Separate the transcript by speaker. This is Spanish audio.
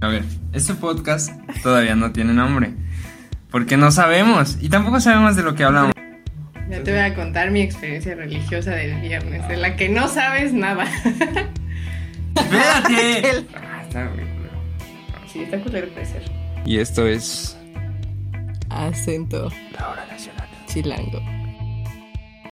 Speaker 1: A ver, este podcast todavía no tiene nombre. Porque no sabemos. Y tampoco sabemos de lo que hablamos.
Speaker 2: Ya te voy a contar mi experiencia religiosa del viernes, de la que no sabes nada.
Speaker 1: ¡Espérate! Ah, está bien.
Speaker 2: sí, está culero puede ser.
Speaker 1: y esto es
Speaker 3: Acento
Speaker 1: la hora nacional.
Speaker 3: chilango.